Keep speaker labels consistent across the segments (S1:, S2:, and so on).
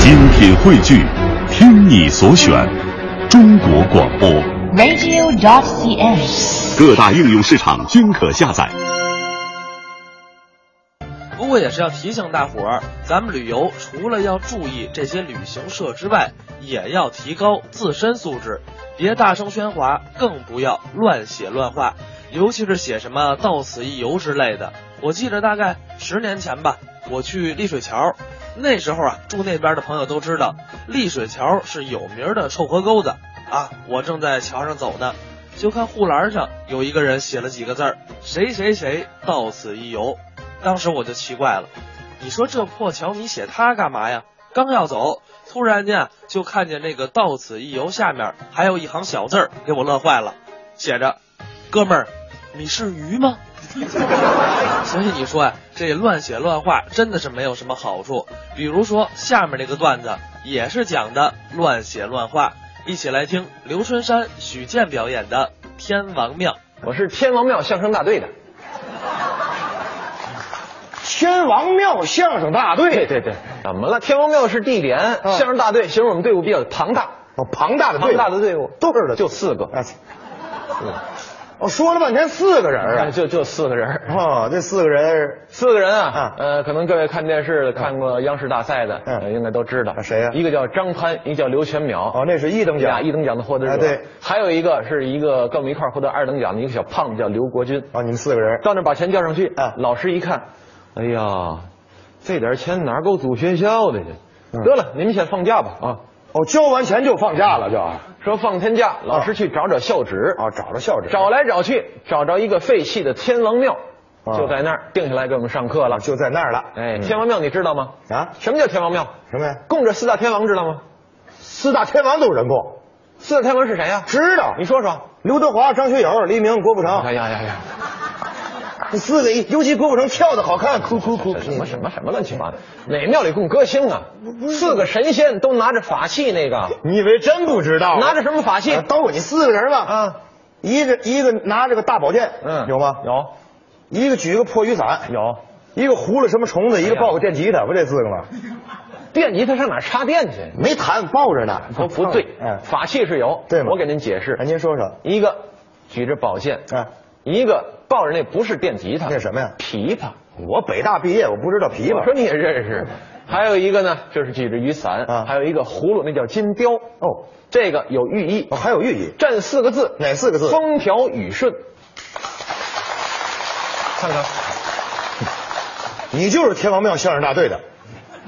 S1: 精品汇聚，听你所选，中国广播。
S2: radio.cn。
S1: 各大应用市场均可下载。
S3: 不过也是要提醒大伙儿，咱们旅游除了要注意这些旅行社之外，也要提高自身素质，别大声喧哗，更不要乱写乱画，尤其是写什么“到此一游”之类的。我记着大概十年前吧，我去丽水桥，那时候啊，住那边的朋友都知道，丽水桥是有名的臭河沟子啊。我正在桥上走呢，就看护栏上有一个人写了几个字儿：“谁谁谁到此一游。”当时我就奇怪了，你说这破桥你写它干嘛呀？刚要走，突然间啊就看见那个“到此一游”下面还有一行小字儿，给我乐坏了，写着：“哥们儿，你是鱼吗？”所以你说呀、这乱写乱画真的是没有什么好处。比如说下面这个段子也是讲的乱写乱画，一起来听刘春山、许健表演的《天王庙》。
S4: 我是天王庙相声大队的。
S5: 天王庙相声大队，啊
S4: 对对对，怎么了？天王庙是地点，相声大队形容我们队伍比较庞大，
S5: 哦，庞大的队伍，
S4: 庞大的队伍
S5: 多少的？
S4: 就四个，
S5: 哎，我说了半天四个人
S4: 哎
S5: 啊，
S4: 就就四个人。
S5: 哦，这四个人，
S4: 四个人啊，
S5: 嗯
S4: 呃，可能各位看电视的、看过央视大赛的，
S5: 啊嗯
S4: 呃应该都知道
S5: 啊谁呀
S4: 一个叫张潘，一个叫刘全淼。
S5: 哦，那是一等
S4: 俩
S5: 奖，
S4: 一等奖的获得者，
S5: 哎对，
S4: 还有一个是一个跟我们一块儿获得二等奖的一个小胖子叫刘国军，
S5: 哦，你们四个人，
S4: 到那儿把钱交上去，
S5: 啊
S4: 老师一看，哎呀，这点钱哪够组学校的去？
S5: 嗯
S4: 得了，你们先放假吧啊！
S5: 哦，交完钱就放假了，就，
S4: 说放天
S5: 啊
S4: 假，老师去找找校址
S5: 哦，找着校址，
S4: 找来找去，找着一个废弃的天王庙，
S5: 啊
S4: 就在那儿定下来给我们上课了。
S5: 就在那儿了，
S4: 哎，天王庙你知道吗？
S5: 啊，
S4: 什么叫天王庙？
S5: 什么呀？
S4: 供着四大天王知道吗？
S5: 四大天王都有人供，
S4: 四大天王是谁呀、
S5: 知道
S4: 你？说说。
S5: 刘德华、张学友、黎明、郭富城，
S4: 哎呀呀呀！
S5: 这四个，尤其郭富城跳的好看，哭哭哭，
S4: 什么什么什么乱七八糟？哪庙里供歌星啊？四个神仙都拿着法器，那个
S5: 你以为真不知道？
S4: 拿着什么法器
S5: 啊？都有你四个人吧？
S4: 啊，
S5: 一个一个拿着个大宝剑，
S4: 嗯
S5: 有吗？
S4: 有
S5: 一个举个破雨伞，
S4: 有，
S5: 一个糊了什么虫子，一个
S4: 哎呀
S5: 抱个电吉他，不这四个吗？
S4: 电吉他上哪儿插电去？哦
S5: 没弹，抱着呢。
S4: 不不 对，
S5: 嗯，
S4: 法器是有，
S5: 对吗
S4: 我给您解释
S5: 哎，，您说说，
S4: 一个举着宝剑，
S5: 哎，
S4: 一个抱着那不是电吉他，
S5: 那什么呀
S4: 琵琶。
S5: 我北大毕业，我不知道琵
S4: 我说
S5: 琶。
S4: 你也认识。还有一个呢，就是举着雨伞，
S5: 啊
S4: 还有一个葫芦，那叫金雕。
S5: 哦，
S4: 这个有寓意
S5: 哦，，还有寓意，
S4: 占四个字，
S5: 哪四个字？
S4: 风调雨顺。啊看看，
S5: 你就是天王庙相声大队的，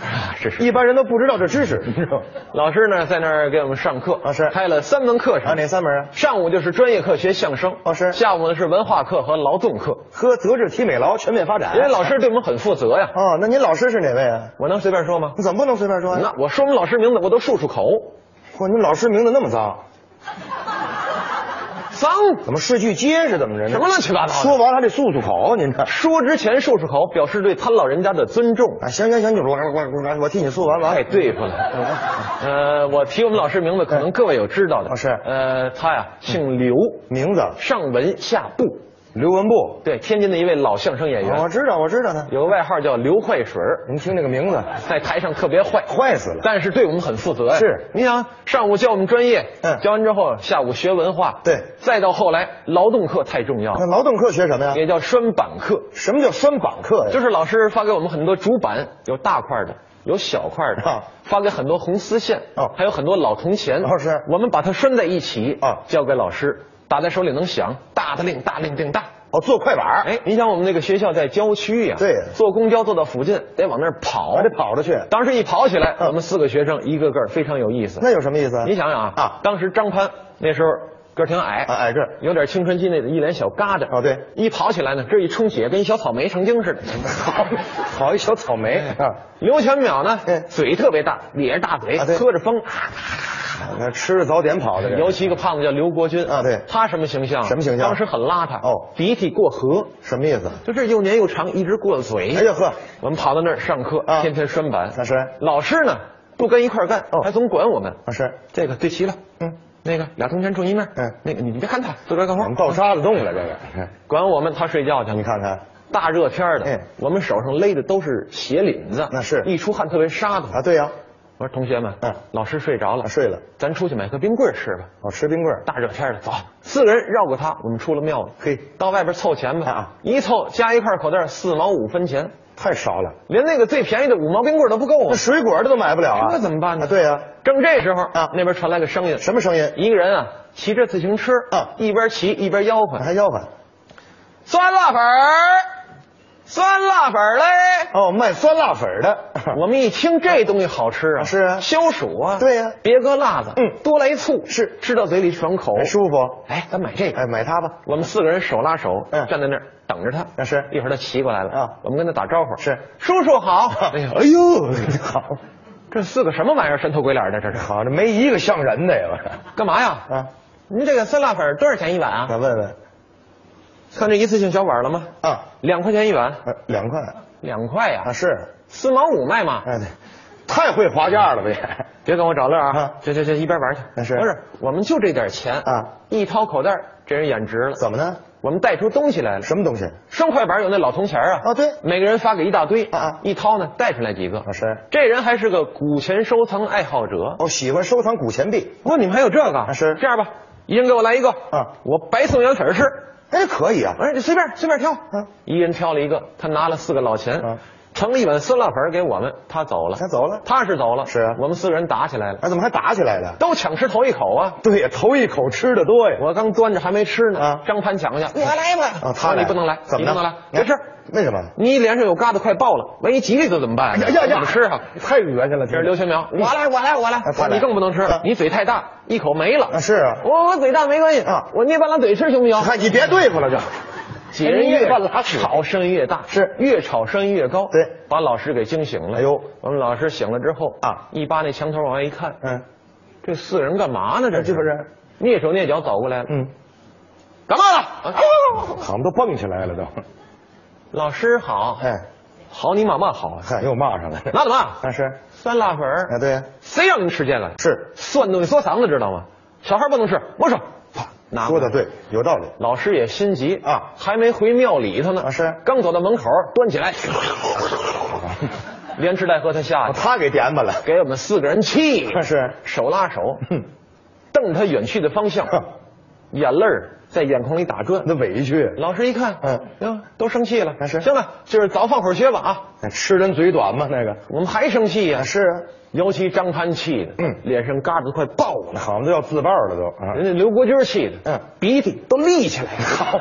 S4: 啊这是。
S5: 一般人都不知道这 知识，你知道吗？
S4: 老师呢，在那儿给我们上课，
S5: 啊是
S4: 开了三门课
S5: 啊，
S4: 程，
S5: 哪三门啊？
S4: 上午就是专业课学相声，
S5: 哦是
S4: 下午呢是文化课和劳动课，
S5: 和德智体美劳全面发展。
S4: 因为老师对我们很负责呀。
S5: 哦，那您老师是哪位啊？
S4: 我能随便说吗？
S5: 你怎么不能随便说呀？
S4: 那我说我们老师名字我都漱漱口，
S5: 嚯，你老师名字那么脏，
S4: 脏
S5: 怎么是句结是怎么着呢？
S4: 什么乱七八糟的
S5: 说完还得漱漱口，您这。
S4: 说之前漱漱口，表示对潘老人家的尊重。
S5: 啊，行行行，你我我我我替你说完完。啊
S4: 太对付了，
S5: 嗯
S4: 呃，我提我们老师名字，可能各位有知道的，
S5: 哦是
S4: 呃，他呀姓刘，
S5: 名字
S4: 上文下布，
S5: 刘文步，哦
S4: 对，天津的一位老相声演员，
S5: 我知道我知道他。
S4: 有个外号叫刘坏水儿，
S5: 您听这个名字，
S4: 在台上特别坏，
S5: 嗯坏死了。
S4: 但是对我们很负责呀。
S5: 是
S4: 你想上午教我们专业，
S5: 嗯
S4: 教完之后下午学文化，
S5: 对
S4: 再到后来劳动课太重要
S5: 那
S4: 了，
S5: 劳动课学什么呀？
S4: 也叫栓板课，
S5: 什么叫拴绑课呀？
S4: 就是是老师发给我们很多竹板，有大块的，有小块的，
S5: 啊
S4: 发给很多红丝线，
S5: 哦
S4: 还有很多老铜钱，
S5: 哦是
S4: 我们把它拴在一起，
S5: 啊
S4: 交给老师，打在手里能响，大的令大令令大。
S5: 哦，做快板儿，
S4: 哎，你想我们那个学校在郊区呀、
S5: 对
S4: 坐公交坐到附近得往那儿跑，
S5: 还得跑着去。啊
S4: 当时一跑起来，我们四个学生一个个非常有意思。
S5: 那有什么意思啊？
S4: 你想想啊，
S5: 啊
S4: 当时张潘那时候个儿挺矮，
S5: 啊矮个儿
S4: 有点青春期那一脸小疙瘩。
S5: 哦对
S4: 一跑起来呢，这一充血跟一小草莓成精似的。 哎
S5: 好，好一小草莓啊，
S4: 刘全淼呢
S5: 嗯，
S4: 嘴特别大，咧着大嘴，
S5: 啊对
S4: 喝着风。
S5: 那呃吃着早点跑的人，
S4: 尤其一个胖子叫刘国军
S5: 啊对
S4: 他什么形象？啊
S5: 什么形象
S4: 当时很邋遢
S5: 哦
S4: 鼻涕过河，
S5: 什么意思？
S4: 就这又粘又长，一直过嘴。
S5: 哎呀呵，
S4: 我们跑到那儿上课，
S5: 啊
S4: 天天拴板。
S5: 那是
S4: 老师呢不跟一块儿干，
S5: 哦
S4: 还总管我们。
S5: 老师，
S4: 这个对齐了，
S5: 嗯，
S4: 那个俩铜钱冲一面，
S5: 嗯
S4: 那个你你别看他，自个儿干
S5: 我
S4: 活
S5: 们。抱沙子洞了，这个哎
S4: 管我们，他睡觉去了。
S5: 你看看
S4: 大热天的，
S5: 哎
S4: 我们手上勒的都是鞋领子，
S5: 那是
S4: 一出汗特别沙子。
S5: 啊，对呀，
S4: 我说同学们，
S5: 嗯
S4: 老师睡着了，
S5: 睡了，
S4: 咱出去买颗冰棍儿吃吧，
S5: 哦，吃冰棍儿，
S4: 大热天的，走，四个人绕过他，我们出了庙了，
S5: 嘿
S4: 到外边凑钱吧，
S5: 啊
S4: 一凑加一块口袋四毛五分钱，
S5: 太少了，
S4: 连那个最便宜的五毛冰棍儿都不够啊
S5: 那，水果的都买不了啊，
S4: 这怎么办呢？
S5: 啊对呀，
S4: 正这时候
S5: 啊
S4: 那边传来个声音，
S5: 什么声音？
S4: 一个人啊骑着自行车
S5: 啊
S4: 一边骑一边吆喝，
S5: 还吆喝？
S4: 酸辣粉儿，酸辣粉儿嘞。
S5: 哦，卖酸辣粉儿的，
S4: 哎我们一听这东西好吃啊，
S5: 是啊
S4: 消暑啊，
S5: 对呀
S4: 别搁辣子，
S5: 嗯
S4: 多来一醋，是吃到嘴里爽口，
S5: 哎 舒服。
S4: 哎，咱买这个，
S5: 哎，买它吧。
S4: 我们四个人手拉手，
S5: 嗯
S4: 站在那儿等着他。
S5: 那是
S4: 一会儿他骑过来了
S5: 啊
S4: 我们跟他打招呼，
S5: 是
S4: 叔叔好。哎呀，
S5: 哎呦， 好，
S4: 这四个什么玩意儿，神头鬼脸的，这是
S5: 好，这没一个像人的呀。
S4: 干嘛呀？
S5: 啊，
S4: 您这个酸辣粉多少钱一碗啊？
S5: 那问问
S4: 算这一次性小碗了吗？
S5: 啊，
S4: 两块钱一碗，
S5: 呃两块
S4: 两块呀
S5: 啊，是，
S4: 四毛五卖嘛。
S5: 哎对，太会划价了呗。
S4: 别跟我找乐啊
S5: 啊！
S4: 这这这一边玩去。
S5: 那是
S4: 不是？我们就这点钱
S5: 啊！
S4: 一掏口袋，这人眼直了。
S5: 怎么呢？
S4: 我们带出东西来了，
S5: 什么东西？
S4: 双块板有那老铜钱啊。
S5: 啊对
S4: 每个人发给一大堆
S5: 啊啊
S4: 一掏呢，带出来几个。
S5: 啊是
S4: 这人还是个古钱收藏爱好者。
S5: 哦，喜欢收藏古钱币，
S4: 不过你们还有这个？
S5: 啊是
S4: 这样吧，一人给我来一个
S5: 啊
S4: 我白送羊腿儿吃。
S5: 哎，可以啊。
S4: 哎，你随便随便挑
S5: 啊
S4: 一人挑了一个，他拿了四个老钱
S5: 啊
S4: 盛了一碗酸辣粉儿给我们，他走了。
S5: 他走了
S4: 他是走了。
S5: 是啊
S4: 我们四个人打起来了，
S5: 哎，怎么还打起来了？
S4: 都抢吃头一口啊！
S5: 对呀，头一口吃的多呀。
S4: 我刚端着还没吃呢，
S5: 啊
S4: 张潘抢去，你还来吧？
S5: 啊，他来
S4: 你不能来，
S5: 怎么
S4: 你
S5: 呢
S4: 不能来？没事，
S5: 为什么？哎
S4: 你脸上有疙瘩，快爆了，万一吉利的怎么办？怎么吃啊？
S5: 太恶心了！
S4: 这是刘全苗，
S5: 嗯
S4: 我来，我来，我来
S5: 啊，他来
S4: 你更不能吃
S5: 啊，
S4: 你哦嘴太大，一口没了
S5: 啊，。是啊，
S4: 我我嘴大没关系
S5: 啊
S4: 我捏半拉嘴吃行不行？
S5: 看你别对付了就。
S4: 几人
S5: 哎
S4: 越
S5: 捏半拉嘴
S4: 吵声音越大，
S5: 是
S4: 越吵声音越高，
S5: 对，
S4: 把老师给惊醒了。
S5: 哎呦，
S4: 我们老师醒了之后
S5: 啊
S4: 一扒那墙头往外一看，
S5: 嗯，
S4: 这四个人干嘛呢？这
S5: 这不哎是
S4: 蹑手蹑脚走过来了，
S5: 嗯，哎
S4: 干嘛呢？啊
S5: 好像都蹦起来了都。
S4: 老师好，
S5: 哎，
S4: 好你妈妈好啊，
S5: 嗨，又骂上来了。
S4: 拿怎么？
S5: 那是，
S4: 酸辣粉儿
S5: 哎，对呀，
S4: 谁让你吃这个？
S5: 是
S4: 蒜东西缩嗓子知道吗？小孩不能吃，没手。拿过
S5: 说
S4: 来
S5: 的对，有道理。
S4: 老师也心急
S5: 啊
S4: 还没回庙里头呢。
S5: 啊是
S4: 刚走到门口，端 起来，连吃带喝他下去，
S5: 啊他给点吧了。
S4: 给我们四个人气。
S5: 啊是
S4: 手拉手
S5: 哼，
S4: 瞪着他远去的方向
S5: 哼，
S4: 眼泪儿在眼眶里打转。
S5: 那委屈，
S4: 老师一看，
S5: 嗯
S4: 哟，都生气了。
S5: 啊是
S4: 行了，今儿早放会儿学吧啊。
S5: 哎吃人嘴短嘛，那个
S4: 我们还生气呀、
S5: 啊是啊，
S4: 尤其张潘气的，
S5: 嗯
S4: 脸上疙瘩都快爆了。
S5: 那好像都要自爆了都啊
S4: 人，家刘国军气的，
S5: 嗯
S4: 鼻涕都立起来了。好，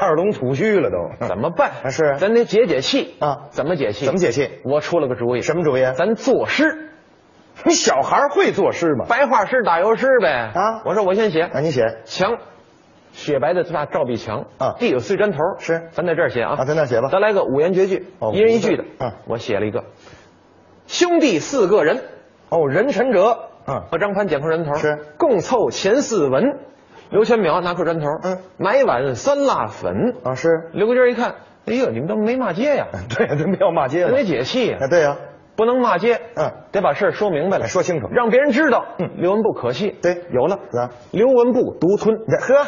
S5: 二龙吐须了 都。
S4: 怎么办？
S5: 啊是
S4: 咱得解解气
S5: 啊
S4: 怎么解气？
S5: 怎么解气？
S4: 我出了个主意。
S5: 什么主意啊
S4: 咱作诗，
S5: 你小孩儿会作诗吗？
S4: 白话诗、打油诗呗。
S5: 啊
S4: 我说我先写
S5: 啊，你写
S4: 墙。雪白的大照壁墙
S5: 啊
S4: 地有碎砖头
S5: 是
S4: 咱在这儿写啊，
S5: 啊在那儿写吧
S4: 咱来个五言绝句，
S5: 哦
S4: 一人一句的
S5: 五言绝句啊
S4: 我写了一个，兄弟四个人，
S5: 哦，人陈哲，嗯，
S4: 和张潘捡块砖头，
S5: 是
S4: 共凑钱四文。刘全淼拿块砖头，
S5: 嗯
S4: 买碗酸辣粉。
S5: 啊是，
S4: 刘国军一看，哎呦，你们都没骂街呀，
S5: 对，这没有骂街
S4: 没
S5: 了，
S4: 解气呀
S5: 啊，，对呀，
S4: 不能骂街，
S5: 嗯
S4: 得把事儿说明白了，
S5: 哎说清楚
S4: 让别人知道，刘文步可气，
S5: 对
S4: 有了
S5: 啊，
S4: 刘文步独吞，
S5: 这呵，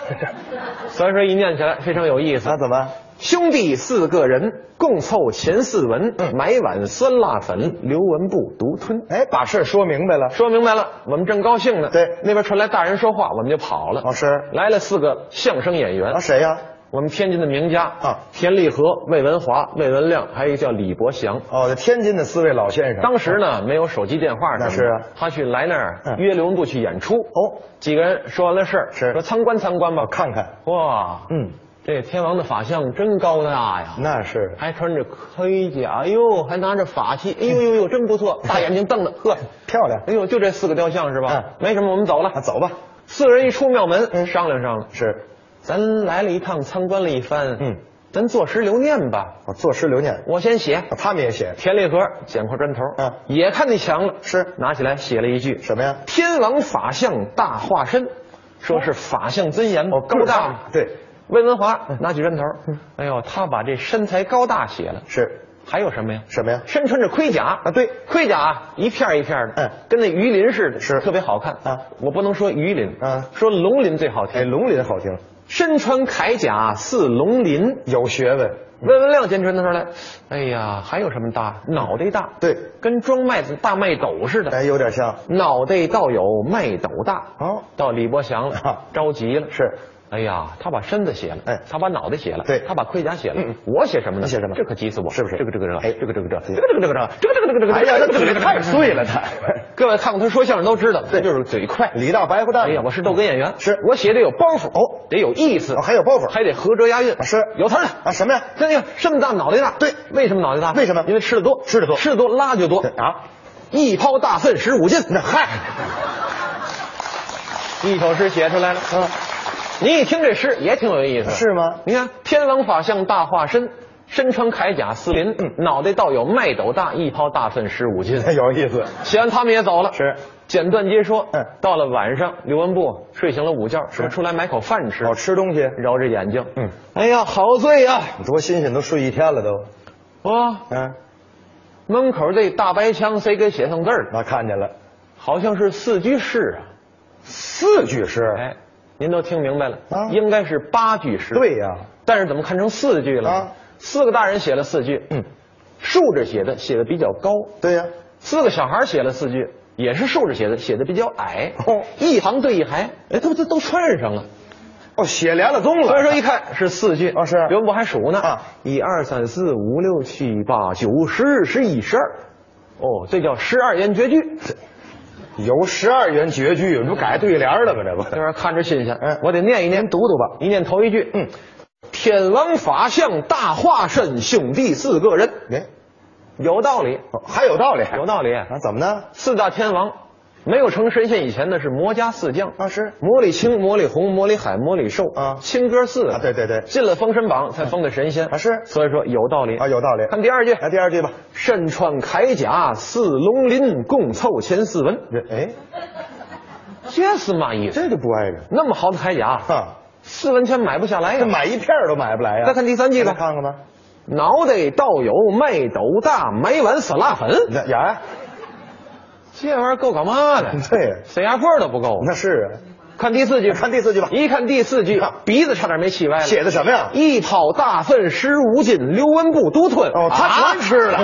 S4: 所以说一念起来非常有意思
S5: 那。怎么？
S4: 兄弟四个人，共凑钱四文，
S5: 嗯
S4: 买碗酸辣粉，刘文步独吞。
S5: 哎，把事儿说明白了，
S4: 说明白了，我们正高兴呢。
S5: 对
S4: 那边传来大人说话，我们就跑了。
S5: 哦是
S4: 来了四个相声演员
S5: 啊，谁呀？
S4: 我们天津的名家
S5: 啊
S4: 田立和、魏文华、魏文亮，还有一个叫李伯祥。
S5: 哦，这天津的四位老先生，
S4: 当时呢，没有手机电话什么的，
S5: 那是啊
S4: 他去来那儿
S5: 嗯
S4: 约刘文步去演出。
S5: 哦，
S4: 几个人说完了事儿，
S5: 是
S4: 说参观参观吧，
S5: 看看，
S4: 哇，
S5: 嗯，
S4: 这天王的法相真高大呀，
S5: 那是
S4: 还穿着盔甲，哎呦，还拿着法器，哎呦呦呦，真不 错，大眼睛瞪着，呵，
S5: 漂亮，
S4: 哎呦，就这四个雕像是吧？
S5: 嗯
S4: 没什么，我们走了，
S5: 啊，走吧，
S4: 四个人一出庙门，
S5: 嗯
S4: 商量商量，
S5: 是，
S4: 咱来了一趟，参观了一番，
S5: 嗯，
S4: 咱坐实留念吧。
S5: 我作诗留念，
S4: 我先写，
S5: 啊他们也写
S4: 田立和捡块砖头，
S5: 嗯
S4: 也看那墙了，
S5: 是
S4: 拿起来写了一句
S5: 什么呀？
S4: 天王法相大化身，说是法相尊严，
S5: 哦
S4: 高
S5: 个
S4: 大
S5: 大。对，
S4: 魏文华拿起砖头，
S5: 嗯
S4: 哎呦，他把这身材高大写了，
S5: 是
S4: 还有什么呀？
S5: 什么呀？
S4: 身穿着盔甲啊
S5: 对，
S4: 盔甲啊一片儿一片儿的，
S5: 嗯
S4: 跟那鱼鳞似的，
S5: 是
S4: 特别好看
S5: 啊。
S4: 我不能说鱼鳞，
S5: 嗯
S4: 说龙鳞最好听。
S5: 哎，龙鳞好听，
S4: 身穿铠甲似龙鳞，嗯
S5: 有学问，
S4: 温文亮坚持的说来，哎呀，还有什么大？脑袋大，
S5: 对
S4: 跟装麦子大麦斗似的，
S5: 哎，有点像。
S4: 脑袋倒有麦斗大。
S5: 哦
S4: 到李伯祥了
S5: 啊，
S4: 着急了，
S5: 是，
S4: 哎呀，他把身子写了，
S5: 哎
S4: 他把脑袋写了，
S5: 对
S4: 他把盔甲写了
S5: 嗯嗯，
S4: 我写什么呢？
S5: 你写什么
S4: 这可急死我，
S5: 是不是
S4: 这个这个这个，哎，
S5: 哎
S4: 这个这个这个，这
S5: 对
S4: 个这个这个这个这个这个这个，
S5: 哎呀
S4: 这
S5: 这
S4: 个这个这个
S5: 嘴太碎了他
S4: 各位看过他说相声都知道，
S5: 对
S4: 就是嘴快。
S5: 李大白胡蛋。
S4: 哎呀，我是逗哏演员，
S5: 是
S4: 我写得有包袱
S5: 哦
S4: 得有意思
S5: 哦，还有包袱
S4: 还得合辙押韵，
S5: 啊是
S4: 有词儿的
S5: 啊什么呀
S4: 那个这么大脑袋大，
S5: 对
S4: 为什么脑袋大？
S5: 为什么
S4: 因为吃的多，
S5: 吃得多
S4: 吃的多拉就多
S5: 对啊，
S4: 一抛大粪十五斤，那 嗨，一首诗写出来了，嗯，你一听这诗也挺有意思，
S5: 是吗
S4: 你看天王法相大化身。身穿铠甲丝绫，嗯，脑袋倒有麦斗大，一抛大粪十五斤。
S5: 哎有意思。
S4: 写完他们也走了。
S5: 是，
S4: 简短截说。
S5: 嗯
S4: 到了晚上，刘文步睡醒了午觉，说出来买口饭吃，
S5: 哦，吃东西，
S4: 揉着眼睛，
S5: 嗯，
S4: 哎呀，好醉啊呀！
S5: 你多新鲜，都睡一天了都。
S4: 哇，
S5: 嗯，
S4: 门口这大白墙谁给写上字儿了？
S5: 那看见了。
S4: 好像是四句诗啊。
S5: 四句诗。
S4: 哎，您都听明白了，
S5: 啊
S4: 应该是八句诗。
S5: 对呀
S4: 但是怎么看成四句了？
S5: 啊
S4: 四个大人写了四句，
S5: 嗯，
S4: 竖着写的，写的比较高。
S5: 对呀、
S4: 四个小孩写了四句，也是竖着写的，写的比较矮。
S5: 哦
S4: 一行对一行，哎，都都都串上了。
S5: 哦，写连了宗了。
S4: 所以说一看是四句
S5: 哦是
S4: 刘文博还数呢
S5: 啊，
S4: 一二三四五六七八九十十一十二，哦，这叫十二言绝句。
S5: 有十二元绝句，这不改对联了吗？这不
S4: 啊这玩意儿看着新鲜，
S5: 嗯
S4: 我得念一念，读读吧。一念头一句，嗯，天王法相大化身，兄弟四个人，
S5: 哎，
S4: 有道理，
S5: 哦还有道理，
S4: 有道理。
S5: 啊？怎么呢？
S4: 四大天王没有成神仙以前呢，是魔家四将
S5: 啊是
S4: 魔里青、魔里红、魔里海、魔里寿
S5: 啊
S4: 青哥四个
S5: 啊对对对
S4: 进了封神榜才封的神仙
S5: 啊是
S4: 所以说有道理
S5: 啊，有哎道理。
S4: 看第二句，
S5: 来第二句吧。
S4: 身穿铠甲似龙鳞，共凑前四文，
S5: 这哎，
S4: 这是嘛意思？
S5: 这就不挨着。
S4: 那么好的铠甲，
S5: 啊，
S4: 四文钱买不下来
S5: 这
S4: 呀。
S5: 买一片儿都买不来呀。
S4: 再看第三句吧
S5: 再看看吧。
S4: 脑袋倒有麦斗大，买碗色拉粉，
S5: 那呀，
S4: 这玩意儿够干嘛的？
S5: 对
S4: 沈牙破都不够。
S5: 那是啊
S4: 看第四句，
S5: 看第四句吧
S4: 一看第四句
S5: 啊，
S4: 鼻子差点没气歪
S5: 啊
S4: 了。
S5: 写的什么呀？
S4: 一跑大粪十五斤，刘文步独吞。啊
S5: 哦，他全吃了。